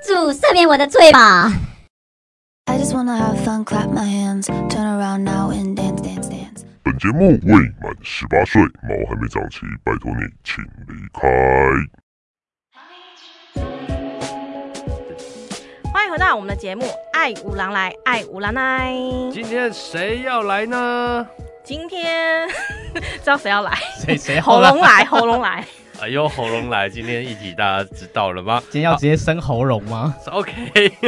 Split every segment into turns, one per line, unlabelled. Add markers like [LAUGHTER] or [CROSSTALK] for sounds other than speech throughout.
主赦免我的罪吧！
I just wanna have fun, clap my hands, turn around now and dance, dance, dance.
本节目未满十八岁，毛还没长齐，拜托你请离开。
欢迎回到我们的节目《爱无狼来，爱无狼来》。
今天谁要来呢？
今天知道谁要来？
谁谁
喉
喉
咙啊
咙？
来，喉咙来。
哎呦，喉咙来！今天一集大家知道了吗？ [LAUGHS]
今天要直接生喉咙吗？
好 OK，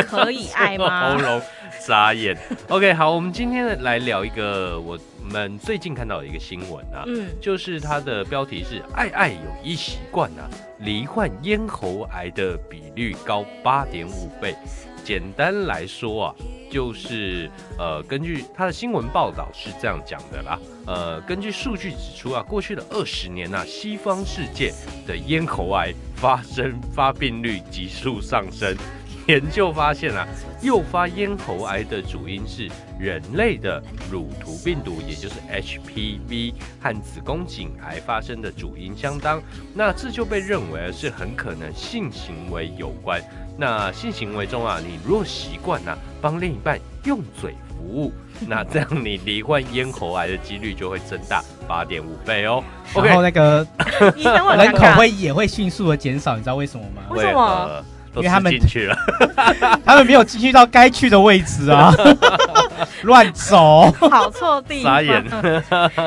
可以爱吗
喉咙眨眼。OK，好， [LAUGHS] 我们今天来聊一个我们最近看到的一个新闻啊，
嗯，
就是它的标题是“爱爱有一习惯啊，罹患咽喉癌的比率高八点五倍”。简单来说啊，就是呃，根据它的新闻报道是这样讲的啦，呃，根据数据指出啊，过去的二十年啊，西方世界的咽喉癌发生发病率急速上升。研究发现啊，诱发咽喉癌的主因是人类的乳突病毒，也就是 HPV，和子宫颈癌发生的主因相当。那这就被认为是很可能性行为有关。那性行为中啊，你若习惯呢、帮另一半用嘴服务，那这样你罹患咽喉癌的几率就会增大八点五倍哦。OK，
然后那个
医生会很尴
人口
尬。
会也会迅速的减少，你知道为什么吗？
为什么？
呃
因
都
为他们
吃进去了。
他们没有进去到该去的位置啊，乱走。
跑错地
傻
方， [LAUGHS]
眼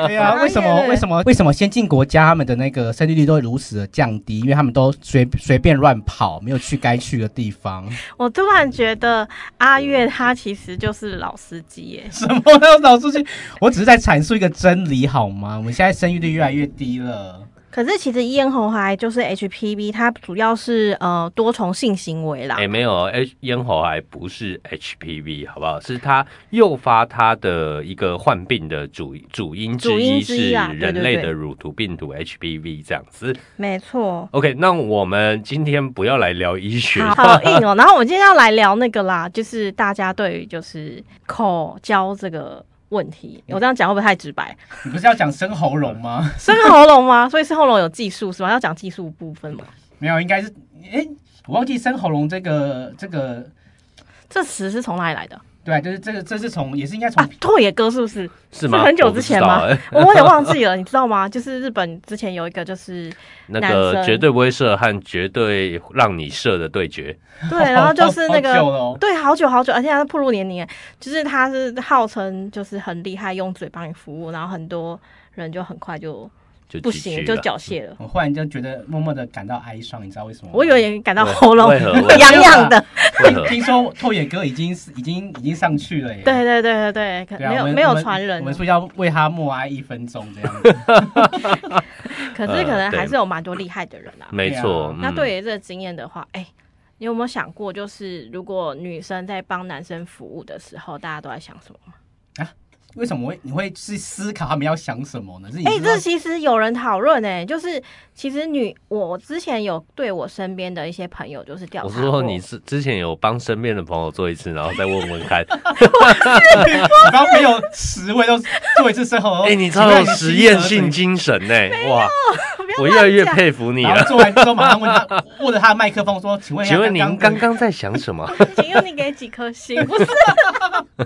对啊，为什么？为什么？为什么先进国家他们的那个生育率都会如此的降低？因为他们都随随便乱跑，没有去该去的地方。 [LAUGHS]
我突然觉得阿月他其实就是老司机耶，
什么要导出去？我只是在阐述一个真理好吗？我们现在生育率越来越低了。
可是其实咽喉癌就是 HPV，它主要是呃多重性行为啦
哎、。没有，H 咽喉癌不是 HPV，好不好？是它诱发它的一个患病的主主因之
主因
一
之
是
一啊对
人
对
类
对
的乳突病毒 HPV 这样子。
没错。
OK，那我们今天不要来聊医学，
好好硬哦！然后我们今天要来聊那个啦，就是大家对于就是口交这个问题，我这样讲会不会太直白？
你不是要讲生喉咙吗？ [LAUGHS]
生喉咙吗？所以是喉咙有技术是吗？要讲技术部分吗？
没有，应该是哎、我忘记生喉咙这个这个，
这词是从哪里来的
对、啊，就是这个，这是从也是应该从、
啊？拓野哥是不是？
是吗？
是很久
我不
之前
知道
吗
哎
[LAUGHS] 我有点忘记了，你知道吗？就是日本之前有一个，就是
那
男
个
生
绝对不会射和绝对让你射的对决，
对，然后就是那
好久
个。
了哦
对，好久好久，而且他是步入年龄，欸就是他是号称就是很厉害，用嘴帮你服务，然后很多人就很快就
就
不
继续
行，就
了
缴械了。
我忽然就觉得默默的感到哀伤，你知道为什么吗？
我有点感到
为
喉咙
为何为
痒痒的，
为何
听听说拓野哥已经是已经已经上去了耶。
对对对对对，可
对啊。
没有
我们
没有
我们
传人
我，们是不是要为他默哀一分钟这样子？ [LAUGHS]
可是可能
呃对
还是有蛮多厉害的人啊。
没错
对啊，
那
嗯
对于这个经验的话，哎，你有没有想过，就是如果女生在帮男生服务的时候，大家都在想什么？
为什么会你会去思考他们要想什么呢？是你
哎、
知道
这其实有人讨论哎，就是其实女我之前有对我身边的一些朋友就是调
我
查
是说
过
你是之前有帮身边的朋友做一次，然后再问问看。
[LAUGHS] 然后没有十位都做一次生喉咙，
[LAUGHS]
哦
哎、你超有实验性精神呢、哇，我越来越佩服你
然后
了。
做完之后，马上问他，握着他的麦克风说：“请问一下
啊请问您刚
的
刚在想
[LAUGHS]
什么？
请用你给几颗星？不是，啊 [LAUGHS]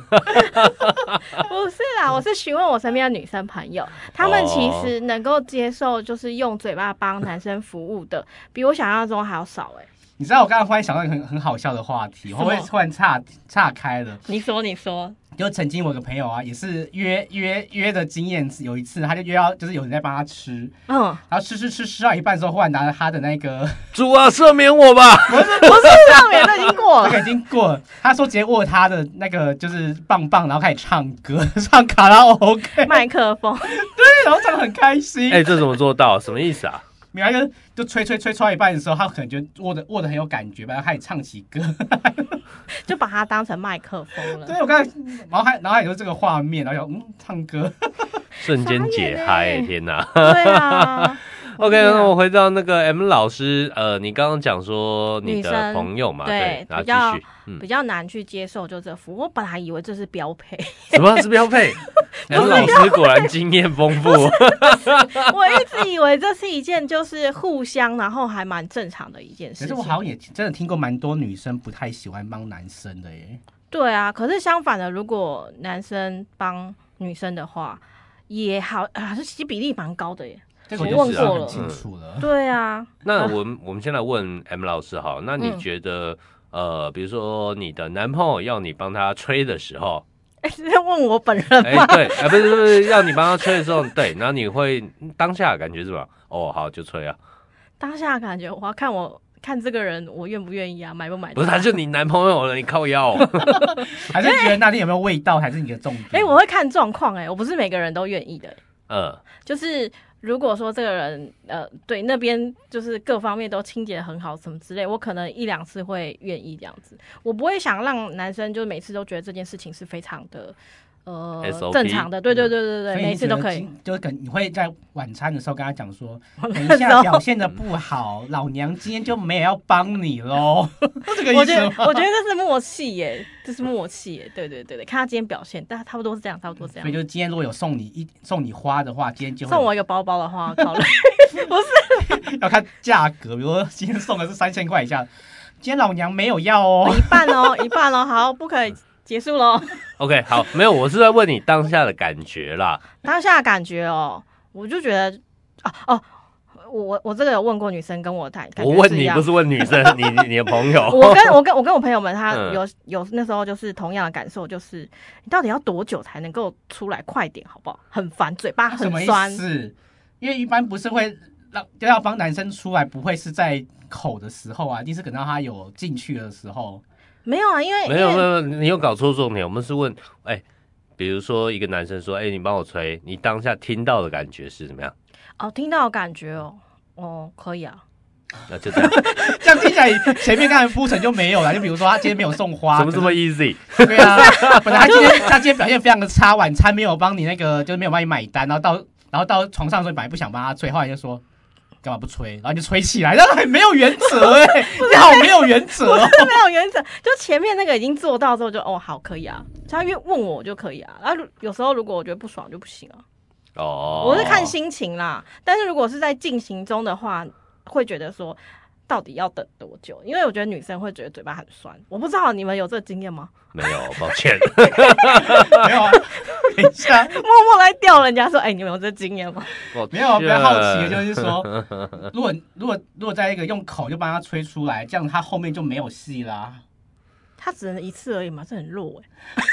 不是啦，我是询问我身边的女生朋友，她们其
哦
实能够接受就是用嘴巴帮男生服务的，比我想象中还要少哎、
你知道我刚刚忽然想到一个很很好笑的话题，
什么
我会突然岔岔开了。
你说，你说，
就曾经我有个朋友啊，也是约约约的经验，有一次他就约到就是有人在帮他吃，
嗯，
然后吃吃吃吃到一半的时候，忽然拿着他的那个
主啊，赦免我吧！
不是，上面都已经过
那
了，
个已经过了，他说直接握他的那个就是棒棒，然后开始唱歌， [LAUGHS] 唱卡拉
[LAUGHS]
OK，[LAUGHS]
麦克风，
然后唱的很开心。
[LAUGHS] 哎、这怎么做到？什么意思啊？
没有，他就就吹吹吹吹到一半的时候，他可能觉得握的握的很有感觉吧，然后开始唱起歌。
就把它当成麦克风了。
对，我刚才脑海脑海有这个画面，然后想嗯，唱歌。
瞬间解
傻眼 [LAUGHS]
嗨、
欸
天哪！
对啊，
OK，
对啊
那我回到那个 M 老师，呃，你刚刚讲说你
女
的
生
朋友嘛，对
对，
然后
比较
继续，嗯
比，较难去接受就这服务。我本来以为这是标配， [LAUGHS]
什么是标配？M 老师果然经验丰富，
[LAUGHS] 我一直以为这是一件就是互相，然后还蛮正常的一件事情。
可是我好像也真的听过蛮多女生不太喜欢帮男生的耶。
对啊，可是相反的，如果男生帮女生的话，也好啊，这其实比例蛮高的
[LAUGHS]
耶。
这
个
个
我就
我问
知道
过
了
很清楚了。
对啊， [LAUGHS]
那我们我们先来问 M 老师好，那你
嗯
觉得、呃，比如说你的男朋友要你帮他吹的时候，
哎是在问我本人
[LAUGHS] 哎、
吗？
对，哎、不是不是，要你帮他吹的时候，对，然后你会当下感觉是吧？哦，好，就
[LAUGHS]
吹啊，
当下感觉我要看我看这个人我愿不愿意啊，买不买？
不是，他就你男朋友了，你靠腰、
[LAUGHS]
哦，
还是觉得那天有没有味道，还是你的重点？
哎、我会看状况哎，我不是每个人都愿意的耶、
嗯，
就是如果说这个人呃对那边就是各方面都清洁的很好什么之类，我可能一两次会愿意这样子，我不会想让男生就每次都觉得这件事情是非常的呃
SOP
正常的，对对对对对，
所
对
以
每
你
次都
觉得
可以
[LAUGHS] 今。，就是可你会在晚餐的时候跟他讲说，等一
那时
下
候
表现的不好，老娘今天就没有要帮你喽，这个
我
意
觉得
思
我
吗？
觉得这是默契耶，这是默契耶，对对对对，看他今天表现，但差不多是这样，差不多这
所以
样。
就是今天如果有送你一送你花的话，今天就会
送我一个包包的话，考虑
要看价格，比如说今天送的是三千块以下，今天老娘没有要哦。
一半哦，一半哦，好，不可以结束喽。
OK，好，没有，我是在问你当下的感觉啦。
当下的感觉哦，我就觉得啊哦，我我我这个有问过女生跟我谈，感
我
觉
问
一
你，
样
不是哦问女生，你你你的朋友。
[LAUGHS] 我跟我跟我跟我朋友们，他
嗯
有、有那时候就是同样的感受，就是你到底要多久才能够出来？快点好不好？很烦，嘴巴
什
很
么意
酸。
思？因为一般不是会让就要帮男生出来，不会是在口的时候啊，一定是等到他有进去的时候。
没有啊，因为
[LAUGHS] 没有
因
没
为
有，你有搞错重点。我们是问，哎、比如说一个男生说，哎、你帮我吹，你当下听到的感觉是怎么样？
哦，听到的感觉哦，哦，可以
[LAUGHS]
啊，
那就
[LAUGHS]
这样，
这样听起来，前面刚才铺陈就没有了。就比如说，他今天没有送花，
怎么这么
可是
easy？
对啊？本来他今天他今天表现非常的差，晚餐没有帮你那个，就是没有帮你买单，然后到然后到床上的时候，你哎本来不想帮他吹，后来就说干嘛不吹，然后你就 [LAUGHS] 吹起来，然后很没有原则哎、你好没有原则
[LAUGHS]
哦、
没有原则。就前面那个已经做到之后就，哦好可以啊，他越问我就可以啊。然后如有时候如果我觉得不爽就不行啊。
哦，
我是看心情啦，但是如果是在进行中的话，会觉得说到底要等多久？因为我觉得女生会觉得嘴巴很酸，我不知道你们有这个经验
[LAUGHS]
吗？
没有，抱歉。 [LAUGHS]
没有啊，等一下，
默默来吊人家说，哎、你们有这经验吗？ [LAUGHS]
抱歉
没有，比较好奇的就
[LAUGHS]
是说，如果如果如果在一个用口就帮他吹出来，这样他后面就没有戏啦。
他只能一次而已嘛，这很弱
[LAUGHS]
哎、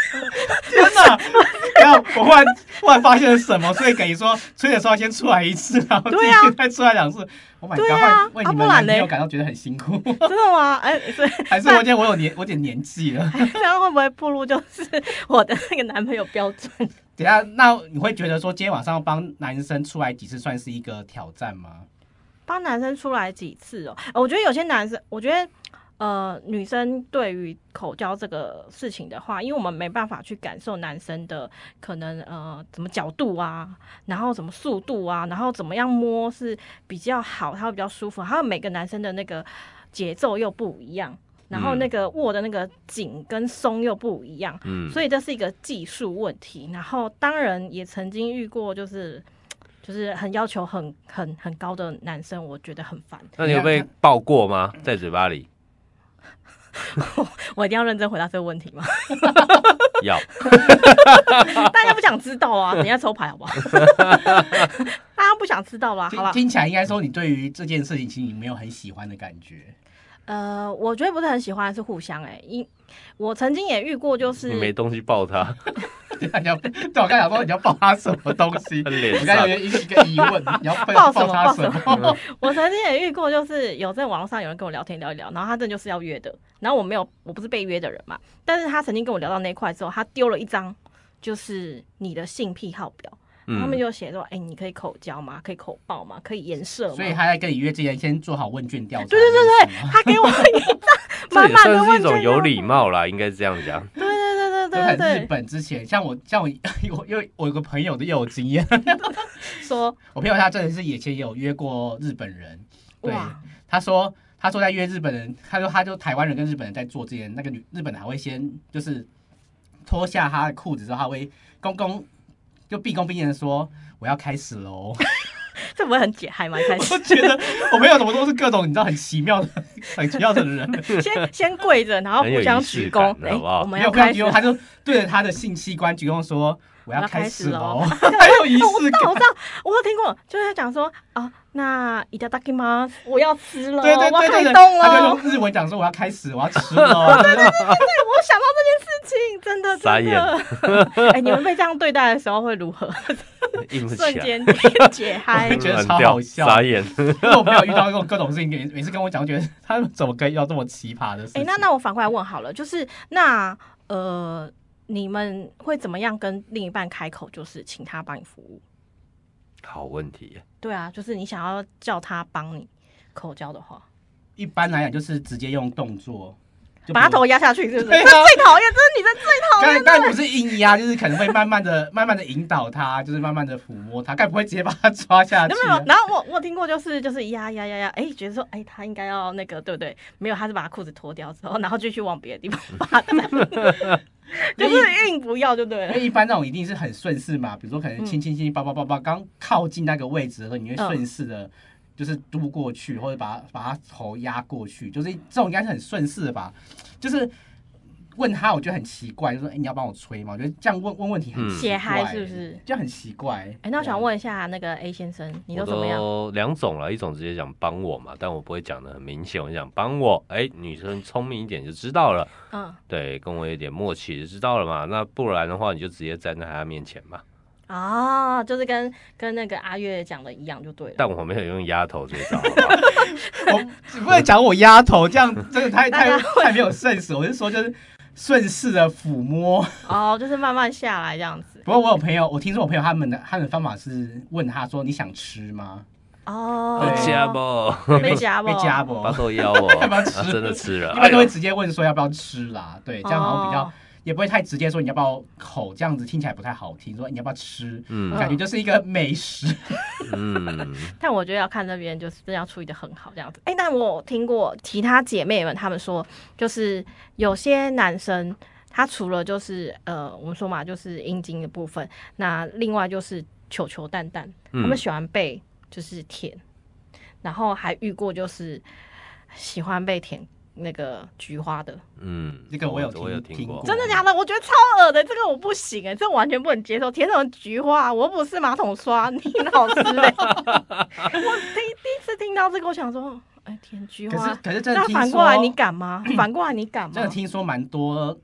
天 [LAUGHS] 哪！然后我忽然忽然发现了什么，所以等于说吹的时候要先出来一次，然后自
对啊
己再出来两次。我 my
对
god！、
啊
为
啊不
你们
然
男朋友
嘞
感到觉得很辛苦， [LAUGHS]
真的吗？哎、所以
还是我觉得我有年我有点年纪了。
[LAUGHS] 这样会不会暴露就是我的那个男朋友标准？
等一下，那你会觉得说今天晚上要帮男生出来几次算是一个挑战吗？
帮男生出来几次哦、呃我觉得有些男生，我觉得呃，女生对于口交这个事情的话，因为我们没办法去感受男生的可能呃怎么角度啊，然后怎么速度啊，然后怎么样摸是比较好，他会比较舒服，还有每个男生的那个节奏又不一样。然后
嗯
那个握的那个紧跟松又不一样，
嗯，
所以这是一个技术问题。然后当然也曾经遇过，就是就是很要求很很很高的男生，我觉得很烦。
那你有被抱过吗？在嘴
[LAUGHS]
巴里
我一定要认真回答这个问题吗？ [LAUGHS]
要，
大家不想知道啊，等一下抽牌好不好？ [LAUGHS] 大家不想知道啦，
听
啊好了。
听起来应该说你对于这件事情其实你没有很喜欢的感觉。 [LAUGHS]
呃，我觉得不是很喜欢的是互相哎、因我曾经也遇过，就是
你没东西抱他，
对啊，你要对我刚想说你要抱他什么东西？
他脸
我刚
上
才有一个一个疑问，你要
抱什么
他什么？
我曾经也遇过，就是有在网络上有人跟我聊天聊一聊，然后他真的就是要约的，然后我没有，我不是被约的人嘛，但是他曾经跟我聊到那一块之后，他丢了一张就是你的性癖好表，
嗯
然后他们就写说，哎、你可以口交吗？可以口爆吗？可以颜色吗？
[LAUGHS] 所以他在跟你约之前，先做好问卷调查。
对对对对，他给我一张
[LAUGHS] 这
满
也
满的
算是一
问
种
卷，啊 [LAUGHS]
有礼貌啦，应该这样讲。
对对对对对
很
对
日本之前，像我像我我有我有个朋友的也有经验，
说
我朋友他真的是以前也有约过日本人，对
哇，
他说他说在约日本人，他说他就台湾人跟日本人在做之前，那个女日本人还会先就是脱下他的裤子之后，他会公公就毕恭毕敬的说我要开始喽。
这不会很解嗨吗？一开
我
始
觉得我朋友怎么都是各种你知道很奇妙的很奇妙的人，
[LAUGHS]
先先跪着，然后
很有
互相
仪式
鞠
感
躬，
的
哎
好不
我
好
们
没
要
有朋友
开
鞠
始
躬，他就对着他的性器官鞠躬说我要
要
开
开
始
始
喽，
咯 [LAUGHS]
很有仪
哦，我
式
知道，我
感
知。道，我有听过，就是他讲说啊，那伊达达基吗？我要吃了，
对对
哦我
对
要
对
开
对，
动
他就
了
用。日文讲说我要开始，我要吃喽。
[LAUGHS] 对，我想到这件事情， [LAUGHS] 真的
傻
真的。 [LAUGHS] 哎，你们被这样对待的时候会如 [LAUGHS] 何？
硬不
瞬
起来，
间解嗨 [LAUGHS]
[LAUGHS] 我，觉得
乱
超
掉
好笑
傻眼。
因为我没有遇到过各种事情，每每次跟我讲，我觉得他们怎么可以遇到这么奇葩的事情？
哎、那那我反过来问好了，就是那呃，你们会怎么样跟另一半开口，就是请他帮你服务？
好问题，
对啊，就是你想要叫他帮你口交的话，
一般来讲就是直接用动作，就比如
把他头压下去，是不是？
对啊
这最讨厌，这是女生最讨
刚才。
厌
刚才
的。
不是硬压，就是可能会慢慢的、慢慢的引导他，就是慢慢的抚摸他，该不会直接把他抓下去
有？没
啊
有？然后我我听过，就是就是压压压压，哎、觉得说哎、他应该要那个，对不对？没有，他是把他裤子脱掉之后，然后继续往别的地方发 [LAUGHS] 展，就是硬不要就对
因
了。
为一般那种一定是很顺势嘛，比如说可能亲亲亲、抱抱抱抱，刚靠近那个位置的时候，你会顺势
嗯
的，就是嘟过去，或者把他把他头压过去，就是这种应该是很顺势的吧？就是问他，我觉得很奇怪，就说：“哎、你要帮我吹吗？”我觉得这样问问问题很
嗯
奇
解嗨
怪
是不是？
就很奇怪。
哎、那我想问一下那个 A 先生，你都
我
怎么样？
两种了，一种直接讲帮我嘛，但我不会讲的很明显，我讲帮我，哎，女生聪明一点就知道了，
嗯
对，跟我有点默契就知道了嘛。那不然的话，你就直接站在他面前嘛。
啊，就是跟跟那个阿月讲的一样就对了。
但我没有用压头这一招，好不
[LAUGHS]
好
我你不能讲我压头，这样真的
[LAUGHS]
太
大
太
家
太没有 sense。我是说，就是顺势的抚摸。
哦，就是慢慢下来这样子。
不过我有朋友，我听说我朋友他们的他们的方法是问他说：“你想吃吗
哦，
被夹不？
被夹不
被
把
夹不？
头腰
[LAUGHS]
哦，
干嘛吃
啊真的吃了，
一般都会
哎呦
直接问说要不要吃啦。对，这样好像比较、
哦
也不会太直接说你要不要口，这样子听起来不太好听。说你要不要吃，
嗯
感觉就是一个美食。
嗯，
但我觉得要看那边就是真的要处理的很好这样子。哎、但我听过其他姐妹们她们说，就是有些男生他除了就是呃，我们说嘛，就是阴茎的部分，那另外就是球球蛋蛋，他
嗯
们喜欢被就是舔，然后还遇过就是喜欢被舔那个菊花的。
嗯，
这个我有
我有
听
听过，
过
真的假的？我觉得超恶的，这个我不行哎、这完全不能接受。舔什么菊花？我又不是马桶刷，你老师
[LAUGHS]
嘞！我第第一次听到这个，我想说，哎、舔菊
可是
花，
可是真的
那
听
反过来你
说，
敢
[CLEARS THROAT]
吗？反过来你敢吗
真的？听说蛮多，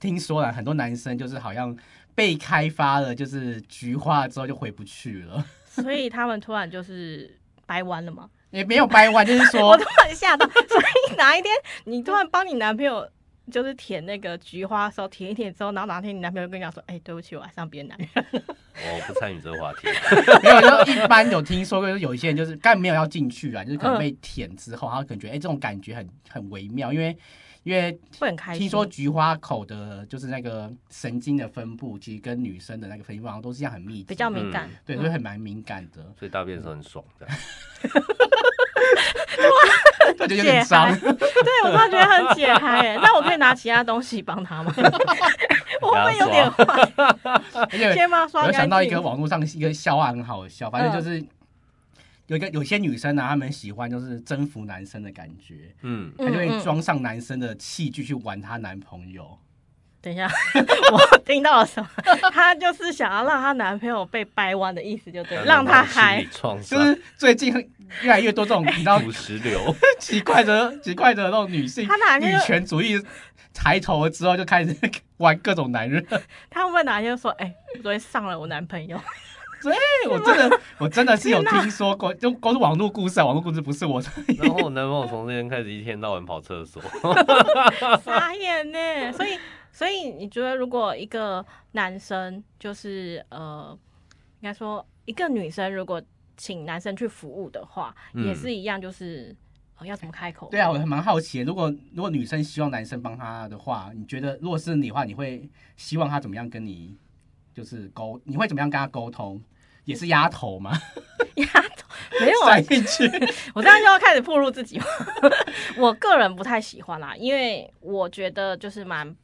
听说了很多男生就是好像被开发了，就是菊花之后就回不去了。
[LAUGHS] [LAUGHS] 所以他们突然就是掰弯了嘛。
也没有掰弯，就是
[LAUGHS] 我
说
突然吓到，所以哪一天你突然帮你男朋友。就是舔那个菊花的时候，舔一舔之后，然后哪天你男朋友跟你讲说：“哎、对不起，我爱上别的男人。
我不参与这个话
[LAUGHS]
题。
没有，就一般有听说过，就是有一些人就是干没有要进去啊，就是
嗯
可能被舔之后，他可能觉得哎、这种感觉很很微妙，因为因为”
会很开心。
听说菊花口的就是那个神经的分布，其实跟女生的那个分布好像都是这样很密集，
比较敏嗯感，
对，所以很蛮敏感的，
[LAUGHS]
所以大便的时候很爽，这样。
就觉得有
解
点
嗨，
[LAUGHS]
[LAUGHS]
脏。
对我突然觉得很解嗨耶，那我可以拿其他东西帮他吗？ [LAUGHS] 我会不会有点坏？
而且
先帮他刷
我
干净。嗯
又想到一个网络上一个笑话很好笑，反正就是。有一个有些女生呢、啊，她们喜欢就是征服男生的感觉，
嗯，
她就会
嗯嗯
装上男生的器具去玩她男朋友。
等一下，我听到了什么？她就是想要让她男朋友被掰弯的意思，就对了，嗯让他
心
嗨
理。创
就
伤，
是最近越来越多这种你知道
土
[LAUGHS]
石流。
[LAUGHS] 奇怪的、奇怪的那种女性
她哪天
女
就
权主义抬头了之后，就开始玩各种男人。 [LAUGHS]
她会不会哪天就说：“哎、我昨天上了我男朋友
对，我真的，我真的是有听说过，就光是网络故事啊，网络故事不是我的。 [LAUGHS]
然后我男朋友从那天开始一天到晚跑厕所，？” [LAUGHS]
傻眼呢。所以，所以你觉得，如果一个男生就是呃，应该说一个女生如果请男生去服务的话，
嗯
也是一样，就是呃要怎么开口？
对啊，我还蛮好奇的，如果如果女生希望男生帮她的话，你觉得如果是你的话，你会希望她怎么样跟你就是沟？你会怎么样跟她沟通？也是丫头吗？
[LAUGHS]
没有啊
塞，进去，
我这样就要开始暴露自己吗？ [LAUGHS] 我个人不太喜欢啦，因为我觉得就是蛮，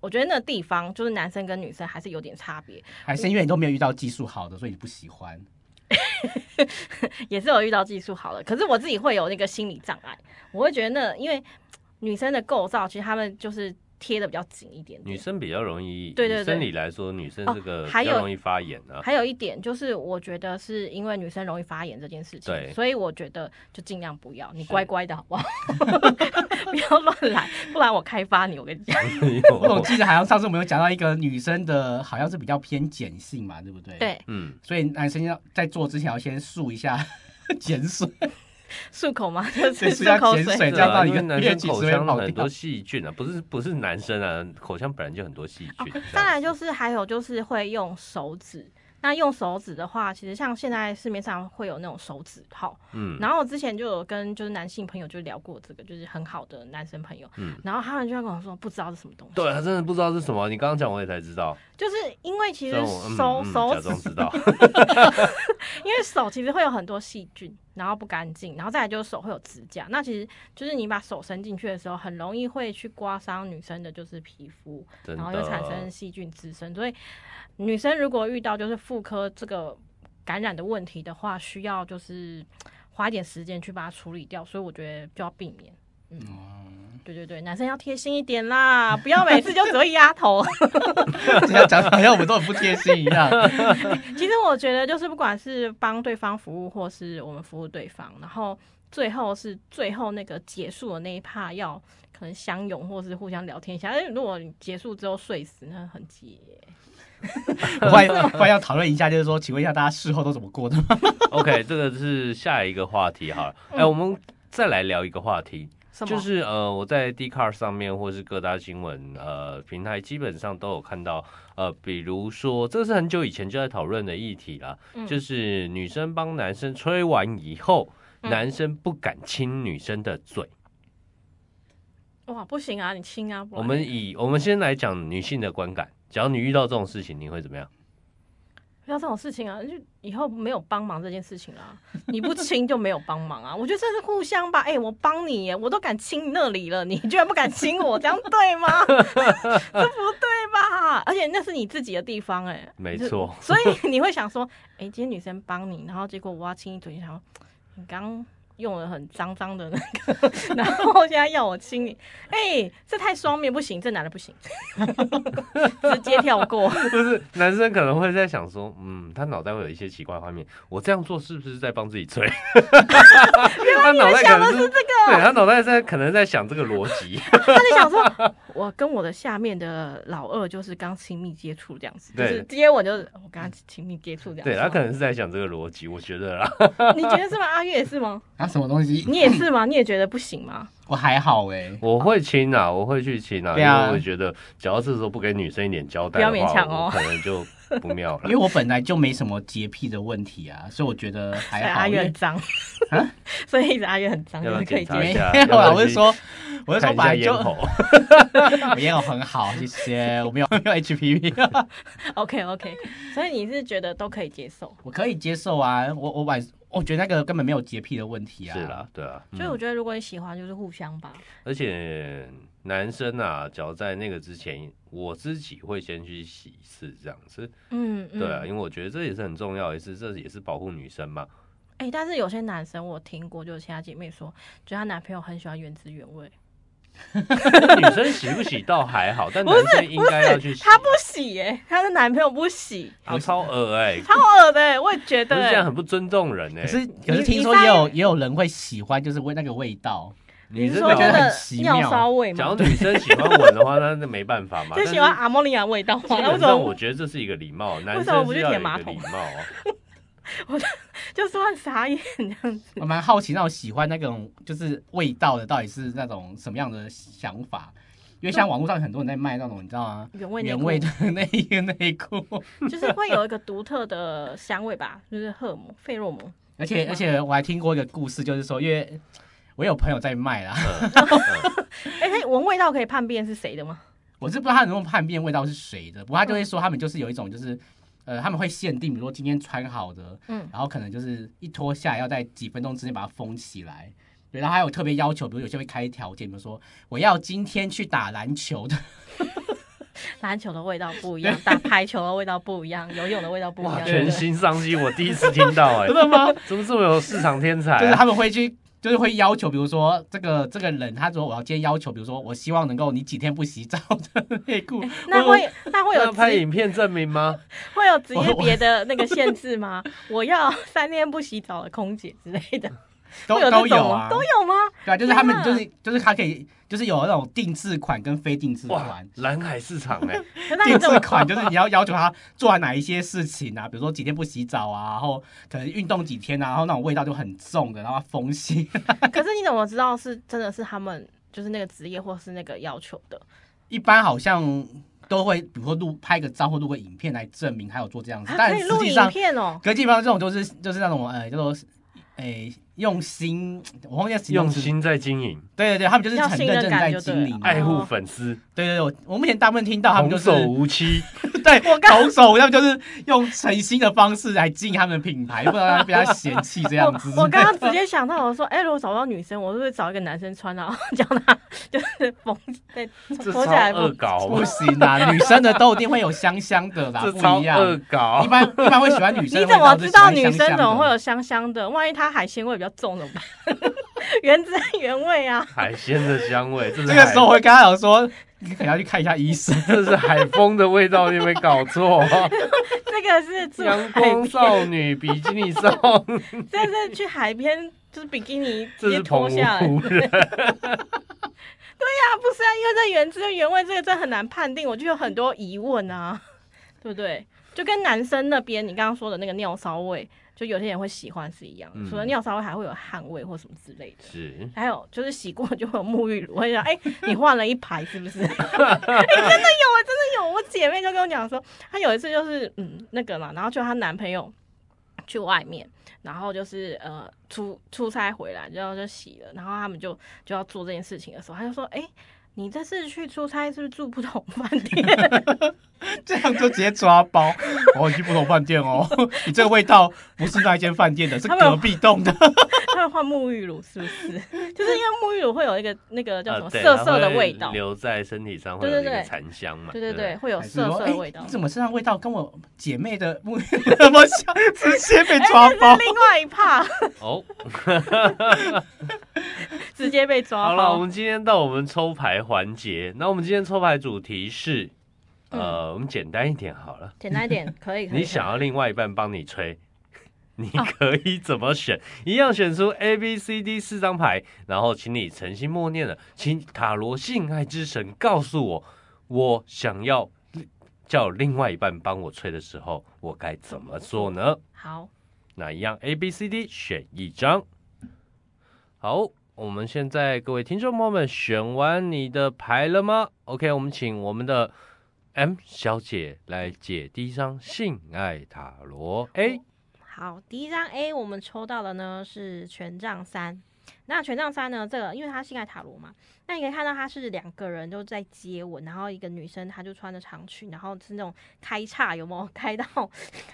我觉得那个地方就是男生跟女生还是有点差别，
还是因为你都没有遇到技术好的，所以你不喜欢？
也是有遇到技术好了，可是我自己会有那个心理障碍，我会觉得那因为女生的构造其实她们就是贴的比较紧一点点，
女生比较容易，
对对对
以生理来说，女生这
哦
个比
还有
较容易发炎
[LAUGHS]
啊。 [LAUGHS]
还有一点就是，我觉得是因为女生容易发炎这件事
对
情，所以我觉得就尽量不要，你
是
乖乖的好不好？ [LAUGHS] 不要乱来，不然我开发你。我跟你讲，
我
哦
总记得好像上次我们有讲到一个女生的，好像是比较偏碱性嘛，对不对？。
对，
嗯，
所以男生要在做之前要先漱一下 [LAUGHS] 碱水，
漱口 [LAUGHS] 嘛，就是
对漱
漱
下
口
碱水
水。
这样到
啊，
底
因为
跟
男
月
生
经
口
是会
腔
跑
很
掉
多细菌啊，不是不是男生啊，口腔本来就很多细菌。
哦当然就是还有就是会用手指。那用手指的话，其实像现在市面上会有那种手指套，
嗯，
然后我之前就有跟就是男性朋友就聊过这个，就是很好的男生朋友，
嗯
然后他们就会跟我说不知道是什么东西，
对，他啊真的不知道是什么，你刚刚讲我也才知道。
就是因为其实
虽然我嗯
手
嗯
手
假
指
装知
[LAUGHS]
道，
因为手其实会有很多细菌，然后不干净，然后再来就是手会有指甲，那其实就是你把手伸进去的时候，很容易会去刮伤女生的就是皮肤，
真
然后又产生
的。
细菌滋生，所以女生如果遇到就是妇科这个感染的问题的话，需要就是花一点时间去把它处理掉，所以我觉得就要避免。嗯
哦
对对对，男生要贴心一点啦，不要每次就只会压头。
[LAUGHS] 这样讲好像我们都很不贴心一样。
其实我觉得，就是不管是帮对方服务，或是我们服务对方，然后最后是最后那个结束的那一趴，要可能相拥或是互相聊天一下。因为如果你结束之后睡死，那很急耶。
我发现我发现要讨论一下，就是说，请问一下大家事后都怎么过的吗？
OK，这 [LAUGHS] 个是下一个话题好了。哎，我们再来聊一个话题，
嗯什么？
就是呃，我在 d c a r 上面或是各大新闻呃平台，基本上都有看到呃，比如说这是很久以前就在讨论的议题啦，
嗯
就是女生帮男生吹完以后，
嗯
男生不敢亲女生的嘴。
哇，不行啊，你亲啊！不然
我们以我们先来讲女性的观感，只要你遇到这种事情，你会怎么样？
不要这种事情啊，就以后没有帮忙这件事情啦。你不亲就没有帮忙啊。我觉得这是互相吧。哎、我帮你耶，我都敢亲你那里了，你居然不敢亲我，这样对吗？ [LAUGHS] 这不对吧？而且那是你自己的地方哎、
没错，
所以你会想说，哎、今天女生帮你，然后结果我要亲一嘴，你想说你刚用了很脏脏的那个， [LAUGHS] 然后现在要我亲你，哎、这太双面不行，这男的不行， [LAUGHS] 直接跳过。
[LAUGHS] 不是男生可能会在想说，嗯，他脑袋会有一些奇怪画面，我这样做是不是在帮自己吹？ [LAUGHS] 他脑袋可能是这个，对他脑袋在可能在想这个逻辑， [LAUGHS]
他就想说， [LAUGHS] 我跟我的下面的老二就是刚亲密接触这样子，就
对
是接吻就是我跟他亲密接触这样子。
对他可能是在想这个逻辑，我觉得啦， [LAUGHS]
你觉得是吗？阿月也是吗？
啊，什么东西？
你也是吗？你也觉得不行吗？
我还好哎、
我会亲啊，我会去亲啊，
对啊
因为我觉得只要这时候不给女生一点交代
不要
的
勉
话，
强哦
我可能就不妙了
因为。我本来就没什么洁癖的问题啊，所以我觉得
所以
还好。
阿
因
月很
[LAUGHS]
为
脏
啊，
[LAUGHS] 所以一直阿月很脏，
要
就
不要
是可以
检查
接受。
一下？
[LAUGHS] 没有啦，
要不然
我是
去
说，我是说
看
本
一下
来
咽
就
喉。
[LAUGHS] 我咽喉很好，谢谢。我没有没有 HPV，
OK OK，所以你是觉得都可以接受。
我可以接受啊。我我晚我觉得那个根本没有洁癖的问题啊。
是啦，对啊，
所以我
嗯
觉得，如果你喜欢，就是互相吧。
而且男生啊，只要在那个之前，我自己会先去洗一次这样子，
嗯，嗯
对啊，因为我觉得这也是很重要，也是这也是保护女生嘛。 [LAUGHS]
哎、但是有些男生我听过，就是其他姐妹说，觉得她男朋友很喜欢原汁原味，
女生洗不洗倒还好，但男生应该要去洗啊。
她不洗耶、她的男朋友不洗，
啊超恶哎、
超恶的、我也觉
可
得、
是这样
欸。
很不尊重人哎、
可是可
你
是听说
你在
也有也有人会喜欢，就是味那个味道。
女生
说
觉
真
得
讲
很
的
奇妙
尿骚味
讲
吗？
到女生喜欢闻的话，那那没办法嘛。
就
但
喜欢阿莫尼亚味道吗？
基
那为
本
什
上我
么
觉得这是一个礼貌，男
什么
生
不
是
去
要有
舔
一
马
个
桶
礼貌啊。
就是很傻眼这样子？
我蛮好奇那种喜欢那种就是味道的，到底是那种什么样的想法？因为像网络上很多人在卖那种，你知道吗？
原味内
原
裤
味的 [LAUGHS] 内衣跟内裤，
[LAUGHS] 就是会有一个独特的香味吧，就是荷尔蒙、费洛蒙。
而且而且我还听过一个故事，就是说，因为我有朋友在卖啦，
嗯嗯
哎、嘿闻味道可以判辨是谁的吗？
我是不知道他能不能判辨味道是谁的，不过他就会说他们就是有一种就是，呃，他们会限定，比如说今天穿好的，
嗯
然后可能就是一脱下来要在几分钟之内把它封起来。对，然后还有特别要求，比如有些会开条件，比如说我要今天去打篮球的，
篮球的味道不一样，打排球的味道不一样，游泳的味道不一
哇，
样。
全新商机，我第一次听到，哎，
真的吗？
怎么这么有市场天才
[LAUGHS] 就是
啊？
他们会去，就是会要求，比如说这个这个人，他说我要今天要求，比如说我希望能够你几天不洗澡的
[LAUGHS]
内裤，
哎那
我
会那会有
那拍
职
影片证明吗？
会有职
我
业
我
别的那个限制吗？我要三天不洗澡的空姐之类 [LAUGHS] 的，
都
会有这
都
种
有
吗
啊，
都有吗？
对啊，就是他们
天
就
哪
是就是他可以就是有那种定制款跟非定制
哇
款，，
蓝海市场哎，
那你
定
怎
制
么
款就是你要要求他做完哪一些事情啊，比如说几天不洗澡啊，然后可能运动几天啊，然后那种味道就很重的，然后它封心，
可是你怎么知道是真的是他们就是那个职业或是那个要求的？
一般好像都会比如说录拍个照或录个影片来证明他有做这样子，
啊，
但
可以
实
录
际
影
上
片哦。
可是基本上这种就是就是那种呃叫做诶、用心，我忘记形容
用
词，
心哎在经营，
对对对，他们就是
要
很
信
认
任
真
感
在
就对
经
了
营啊，
爱护粉丝，
对对对，我我目前大部分听到他们
童
就是
叟无欺，
[LAUGHS] 对
我刚
投手，他们就是用诚心的方式来经营他们的品牌，不然被他嫌弃这样子。
我我刚刚直接想到，我说，哎、如果找不到女生，我是不是找一个男生穿，然后 [LAUGHS] 叫他就是缝对
[LAUGHS] 这
缝起
超
来
恶
缝。
搞，啊
不行 [LAUGHS] 啦，女生的都一定会有香香的啦，
这
不
超
一
恶
样。
搞啊
一。般一般会喜欢女生
[LAUGHS] 你
的味
怎
道，
么知道女
就
生
喜欢香香
怎
的
么会有香香的？万一她海鲜味比较重怎么办？ [LAUGHS] 原汁原味啊！
海鲜的香味，这是
这个
海
时候我会跟他讲说， [LAUGHS] 你可能要去看一下医生。 [LAUGHS]
这是海风的味道，你有没有搞错？啊 [LAUGHS]
这个是住
阳
海
光
边，
少女比基尼少女，
这是去海边就是比基尼直
这
接
是
脱
澎
下来。
湖人。
啊，不是啊，因为这原汁原味这个真的很难判定，我就有很多疑问啊， [LAUGHS] 对不对？就跟男生那边你刚刚说的那个尿骚味，就有些人会喜欢是一样的，
嗯
除了尿骚味还会有汗味或什么之类的。
[LAUGHS] 是，
还有就是洗过就会有沐浴乳，我就想，哎、你换了一排是不是？ [LAUGHS] 哎、真的有啊，真的有。我姐妹就跟我讲说，她有一次就是嗯那个嘛，然后就她男朋友去外面，然后就是呃出出差回来，然后就洗了，然后他们就就要做这件事情的时候，她就说，哎、你这次去出差是不是住不同饭店？ [LAUGHS]
这样就直接抓包。哦，你去不同饭店哦， [LAUGHS] 你这个味道不是那一间饭店的，是
他们有
隔壁栋的。
他们换沐浴乳是不是？就是因为沐浴乳会有一个那个叫什么
呃对
涩
它
涩的
会
味道，
留在身体上会
对
有
对
一个
对
残香嘛。
对对
不
对，，会有
还是
涩
说
涩
哎
的味道
你。怎么身上味道跟我姐妹
[LAUGHS]
的 [LAUGHS] 沐浴露那么像？直接被抓
这
包
是。另外一趴。
[LAUGHS] 哦，
直接被抓
好了，我
包。
们今天到我们抽牌环节。那我们今天抽牌主题是，呃，我们简单一点好了。
简单一
[LAUGHS]
点，可以。可以
你想要另外一半帮
[LAUGHS]
你吹，你可以怎么选？一样选出 A、B、C、D 四张牌，然后请你诚心默念的，请塔罗性爱之神告诉我，我想要叫另外一半帮我吹的时候，我该怎么做呢？
好，
那一样 A、B、C、D 选一张。好，我们现在各位听众朋友们选完你的牌了吗？OK，我们请我们的 M 小姐来解第一张性爱塔罗 A。
好，第一张 A 我们抽到的呢是权杖三。那权杖三呢？这个因为它性爱塔罗嘛，那你可以看到它是两个人都在接吻，然后一个女生她就穿着长裙，然后是那种开叉，有没有 [LAUGHS] 开到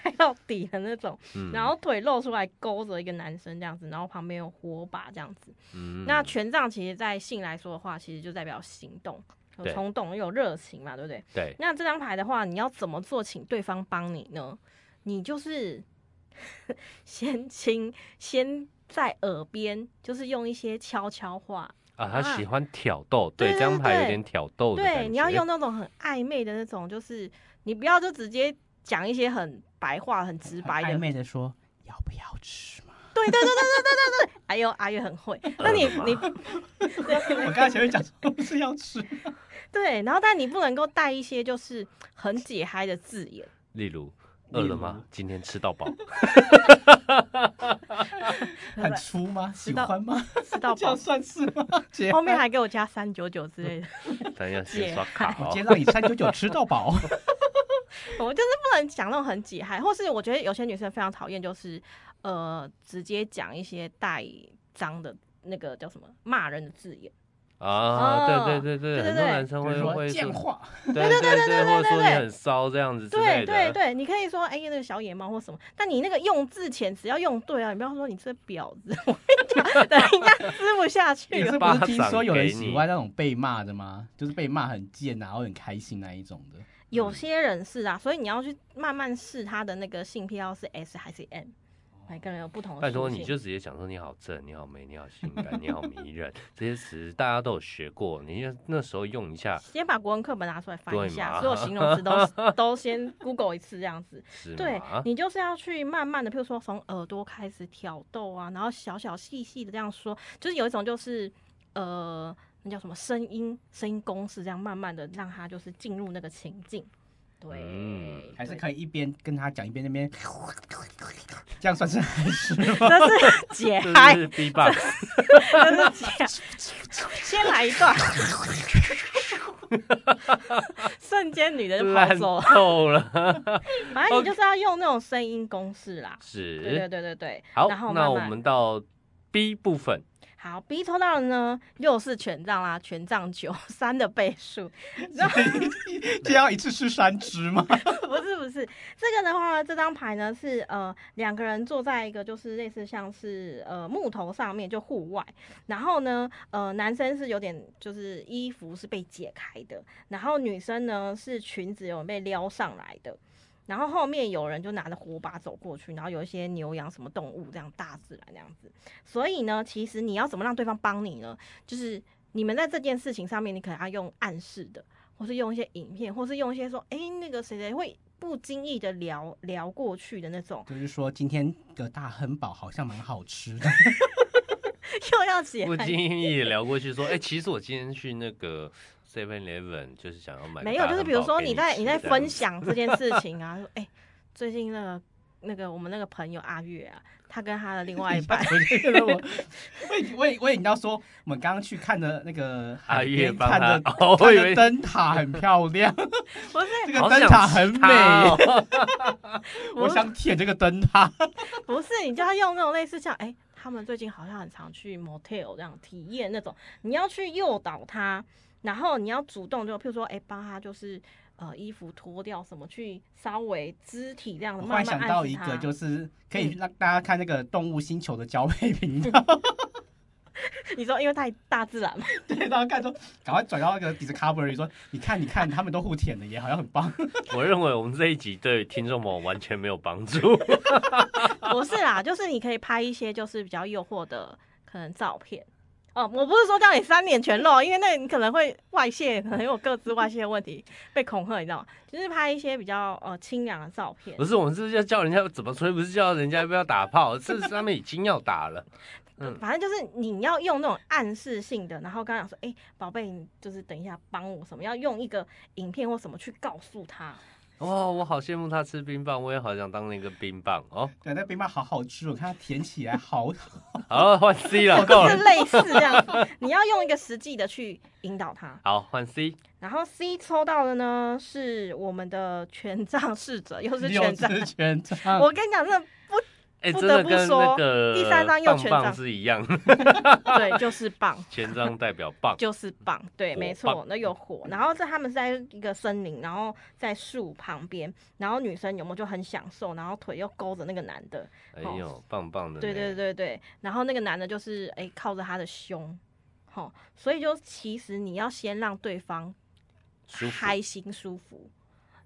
开到底的那种，
嗯
然后腿露出来勾着一个男生这样子，然后旁边有火把这样子。
嗯
那权杖其实在性来说的话，其实就代表行动、有
对
冲动、有热情嘛，对不对？
对，
那这张牌的话，你要怎么做，请对方帮你呢？你就是 [LAUGHS] 先亲，先在耳边，就是用一些悄悄话，
啊，他
啊
喜欢挑逗，
对
这
对
张牌有
对
点挑逗的感
对，你要
觉
用那种很暧昧的那种，就是你不要就直接讲一些很白话、很直白
暧
的。
昧的说要不要吃嘛？ [LAUGHS]
对对对对对对对对，哎呦阿月很会。那你你
我刚才前面讲说 [LAUGHS] 不是要
[LAUGHS]
吃，
对，然后但你不能够带一些就是很解嗨的字眼。
例如。饿了
例
吗
如？
今天吃到
[LAUGHS]
饱，
很粗吗？喜
到
欢吗？
吃
[LAUGHS]
到
这样
饱，
算是吗？姐
后面还给我加三九九之类的，
咱要先
解
刷卡
我
哦
今。天让你三九九吃到 [LAUGHS] 饱。
我就是不能讲那种很解嗨，或是我觉得有些女生非常讨厌，就是呃，直接讲一些带脏的那个叫什么骂人的字眼。
[LAUGHS]
啊，
哦
对对对
对对
对，很多
对
男生
比
会
如
会
说
说
贱话，
对对对对，或者说你
对
很骚这样子之
对
类
对
的。
对，你可以说哎、那个小野猫或什么，但你那个用字遣词要用对啊，你不要说你这婊子， [LAUGHS] 我跟你讲，等一下吃不下去
你
了
是。不
巴
是听
掌
说有
给
人喜
你
欢那种被骂的吗？就是被骂很贱啊，然后很开心那一种的。
有些人是啊，所以你要去慢慢试他的那个性癖要是 S 还是 M，每个人有不同的。
拜托，你就直接讲说你好正，你好美，你好性感，你好迷人，这些词大家都有学过，你就那时候用一下
先把国文课本拿出来翻
对
一下，
嘛
所有形容词
[LAUGHS]
都都先 Google 一次这样子。
是
对
[LAUGHS] 吗？
你就是要去慢慢的，譬如说从耳朵开始挑逗啊，然后小小细细的这样说，就是有一种就是呃，那叫什么声音声音公式，这样慢慢的让他就是进入那个情境。对，
嗯
还是
对
可以一边跟他讲一边那边，这样算是还
[LAUGHS]
是吗？
这是解
这
嗨，
是 B box，
这是解。先来一段，瞬间女的就跑
烂
走了。
透
[LAUGHS]
了。
反正你就是要用那种声音公式啦。对对
是，
对对对，
好
然后，慢
那
慢
我们到 B 部分，
好 B 抽到的呢，又是权杖啦，权杖九三的倍数，
这样一次吃三只 [LAUGHS] 吗？
[LAUGHS] 不是不是，这个的话呢，这张牌呢是呃两个人坐在一个就是类似像是呃木头上面就户外，然后呢呃男生是有点就是衣服是被解开的，然后女生呢是裙子有被撩上来的。然后后面有人就拿着火把走过去，然后有一些牛羊什么动物这样大自然那样子。所以呢，其实你要怎么让对方帮你呢？就是你们在这件事情上面，你可能要用暗示的，或是用一些影片，或是用一些说，诶，那个谁谁会不经意的聊聊过去的那种， [LAUGHS]
就是说今天的大亨堡好像蛮好吃的，。
又要解
不
开
经意
[LAUGHS]
地聊过去说，哎，其实我今天去那个 Seven Eleven，就是想要买个
没有，
大
就是
汉
比如
堡
说
给
你
你
在
吃
你在
这样
分
子
享这件事情啊，说，诶，最近那个那个我们那个朋友阿月啊，他跟他的另外一半
[LAUGHS] 我觉得我我以我以我以为你要说我们刚刚去看的那个海
阿月
边
帮
看
他
的，
哦，我
看
以
的
为
灯塔很漂亮，
不是
这个
好
灯
想
塔
吃
很美，
它哦 [LAUGHS]
我想舔这个灯 [LAUGHS] 塔。
不是，你就要用那种类似像哎、诶他们最近好像很常去 motel 这样体验那种，你要去诱导他，然后你要主动就譬如说哎，诶帮、他就是呃衣服脱掉什么，去稍微肢体这样
我
子
忽
慢慢
然想
暗
到
示
一
他
个，就是可以让大家看那个动物星球的交配频
[LAUGHS]
道，
你说因为太大自然嘛，
对，然后看说赶快转到那个 Discovery 说，你看你看，他们都互舔的也好像很棒。
我认为我们这一集对听众朋友完全没有帮助。
[LAUGHS] 不是啦，就是你可以拍一些就是比较诱惑的可能照片。哦，我不是说叫你三脸全露，因为那你可能会外泄，可能有各自外泄的问题，被恐吓，你知道吗？就是拍一些比较呃清凉的照片
不。是，我们是要叫人家怎么吹，不是叫人家不要打炮，
[LAUGHS]
是他们已经要打了。
反正就是你要用那种暗示性的，然后刚刚讲说，哎、宝贝，你就是等一下帮我什么，要用一个影片或什么去告诉他。
哇、我好羡慕他吃冰棒，我也好想当那个冰棒哦。
对，那冰棒好好吃，我看它舔起来好。
[LAUGHS]
好了，换 C 了，够
是
了。
类似这样子，你要用一个实际的去引导他。
好，换 C。
然后 C 抽到的呢是我们的权杖 [LAUGHS] 侍者，又是
六
权杖。
只权杖，
[LAUGHS] 我跟你讲，真的
哎、
不
真
得
的
不
跟那
说
个
第三张又
棒
全
棒
掌
是一样，
对，就是棒，
前张代表棒。
就是棒，对，
火
没
棒嗯
错，那有火。然后这他们是在一个森林，然后在树旁边，然后女生有没有就很享受，然后腿又勾着那个男的，
哎呦，棒棒的。
对对。对对，然后那个男的就是哎、靠着他的胸，好，所以就其实你要先让对方
舒服
开心舒服，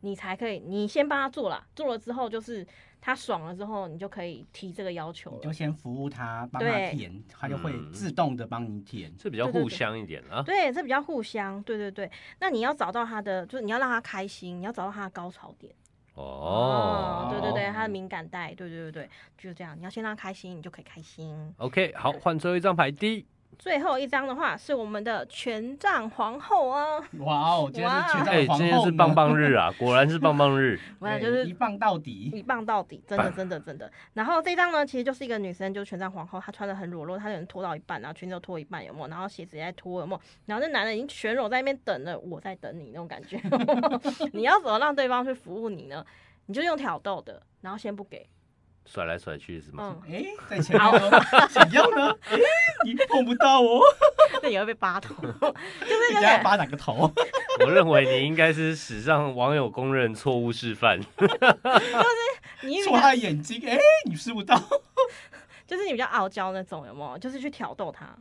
你才可以，你先帮他做了，做了之后就是他爽了之后，你就可以提这个要求
你
了
就。先服务他，帮他
对
舔，他就会
嗯
自动的帮你舔。
这比较
对对
互
对
相一点啊。
对，这比较互相，对对对。那你要找到他的，就是你要让他开心，你要找到他的高潮点。
哦，
对对对，他的敏感带，对对对对，就是这样。你要先让他开心，你就可以开心。
OK，好，换最后一张牌 D。
最后一张的话是我们的权杖皇后啊，
哇哦，今天是权杖
哎、
皇
今
后呢，
天是棒棒日啊，果然是棒棒日。
[LAUGHS] 我想
对，
就是
一棒到底。
哎 [LAUGHS] 一棒到底，真的
棒
真的真的。然后这张呢，其实就是一个女生，就是权杖皇后，她穿的很裸露，她有人脱到一半，然后裙子又脱一半，有没有？然后鞋子也在脱，有没有？然后那男的已经全裸在那边等了，我在等你那种感 [LAUGHS] 觉。你要怎么让对方去服务你呢？你就用挑逗的，然后先不给，
甩来甩去是吗？
[LAUGHS] 嗯，
哎，在前面
[LAUGHS]
说想要呢，哎你碰不到哦，
那也会被扒 [LAUGHS] 头，就是那
你等下
个
扒哪个头？
我认为你应该是史上网友公认错误示范。
你比
戳
较
他的眼睛，哎，你吃不到。
就是你比较傲娇那种，有没有？就是去挑逗他，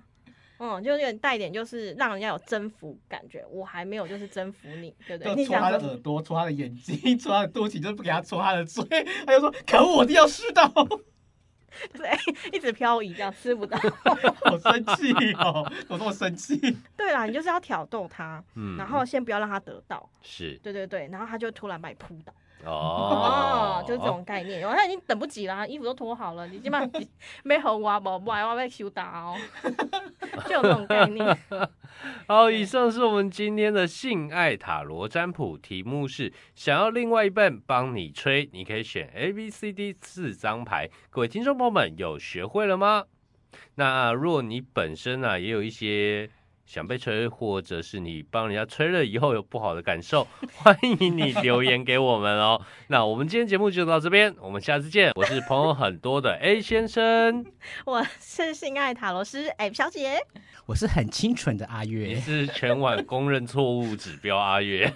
嗯，就有点带一点，就是让人家有征服感觉。我还没有就是征服你，对不
[LAUGHS]
对？
要
你
戳他
想
的
说
耳朵，戳他的眼睛， [LAUGHS] 戳他的肚脐，就是不给他戳他的嘴。 [LAUGHS] 他就说：“可恶，我一定要吃到， [LAUGHS]
对，哎一直漂移这样吃不到。 [LAUGHS]
好生气哦，怎么那么生气
对啦，你就是要挑逗他，
嗯，
然后先不要让他得到，
是
对对对，然后他就突然把你扑倒，
哦，
就是这种概念。然后他已经等不及啦，衣服都脱好了，你
[LAUGHS]
起码没和我不不然我被羞打哦， [LAUGHS] 就有这种概念。 [LAUGHS]
好，以上是我们今天的性爱塔罗占卜，题目是想要另外一半帮你吹，你可以选 A、B、C、D 四张牌。各位听众朋友们，有学会了吗？那若你本身呢、也有一些想被吹，或者是你帮人家吹了以后有不好的感受， [LAUGHS] 欢迎你留言给我们哦。那我们今天节目就到这边，我们下次见。我是朋友很多的 A 先生，
我是性爱塔罗师哎小姐，？”
我是很清纯的阿
你
月，
是全晚公认错误指标阿月。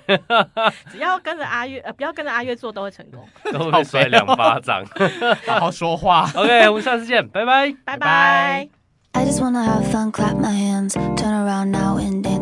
只要跟着阿月呃不要跟着阿月做都会成功。
都被摔两巴掌。
[LAUGHS] 好好说话。
OK，我们下次见，拜拜。
拜
拜
拜
拜。
I just wanna have fun, clap my hands, turn around now and dance.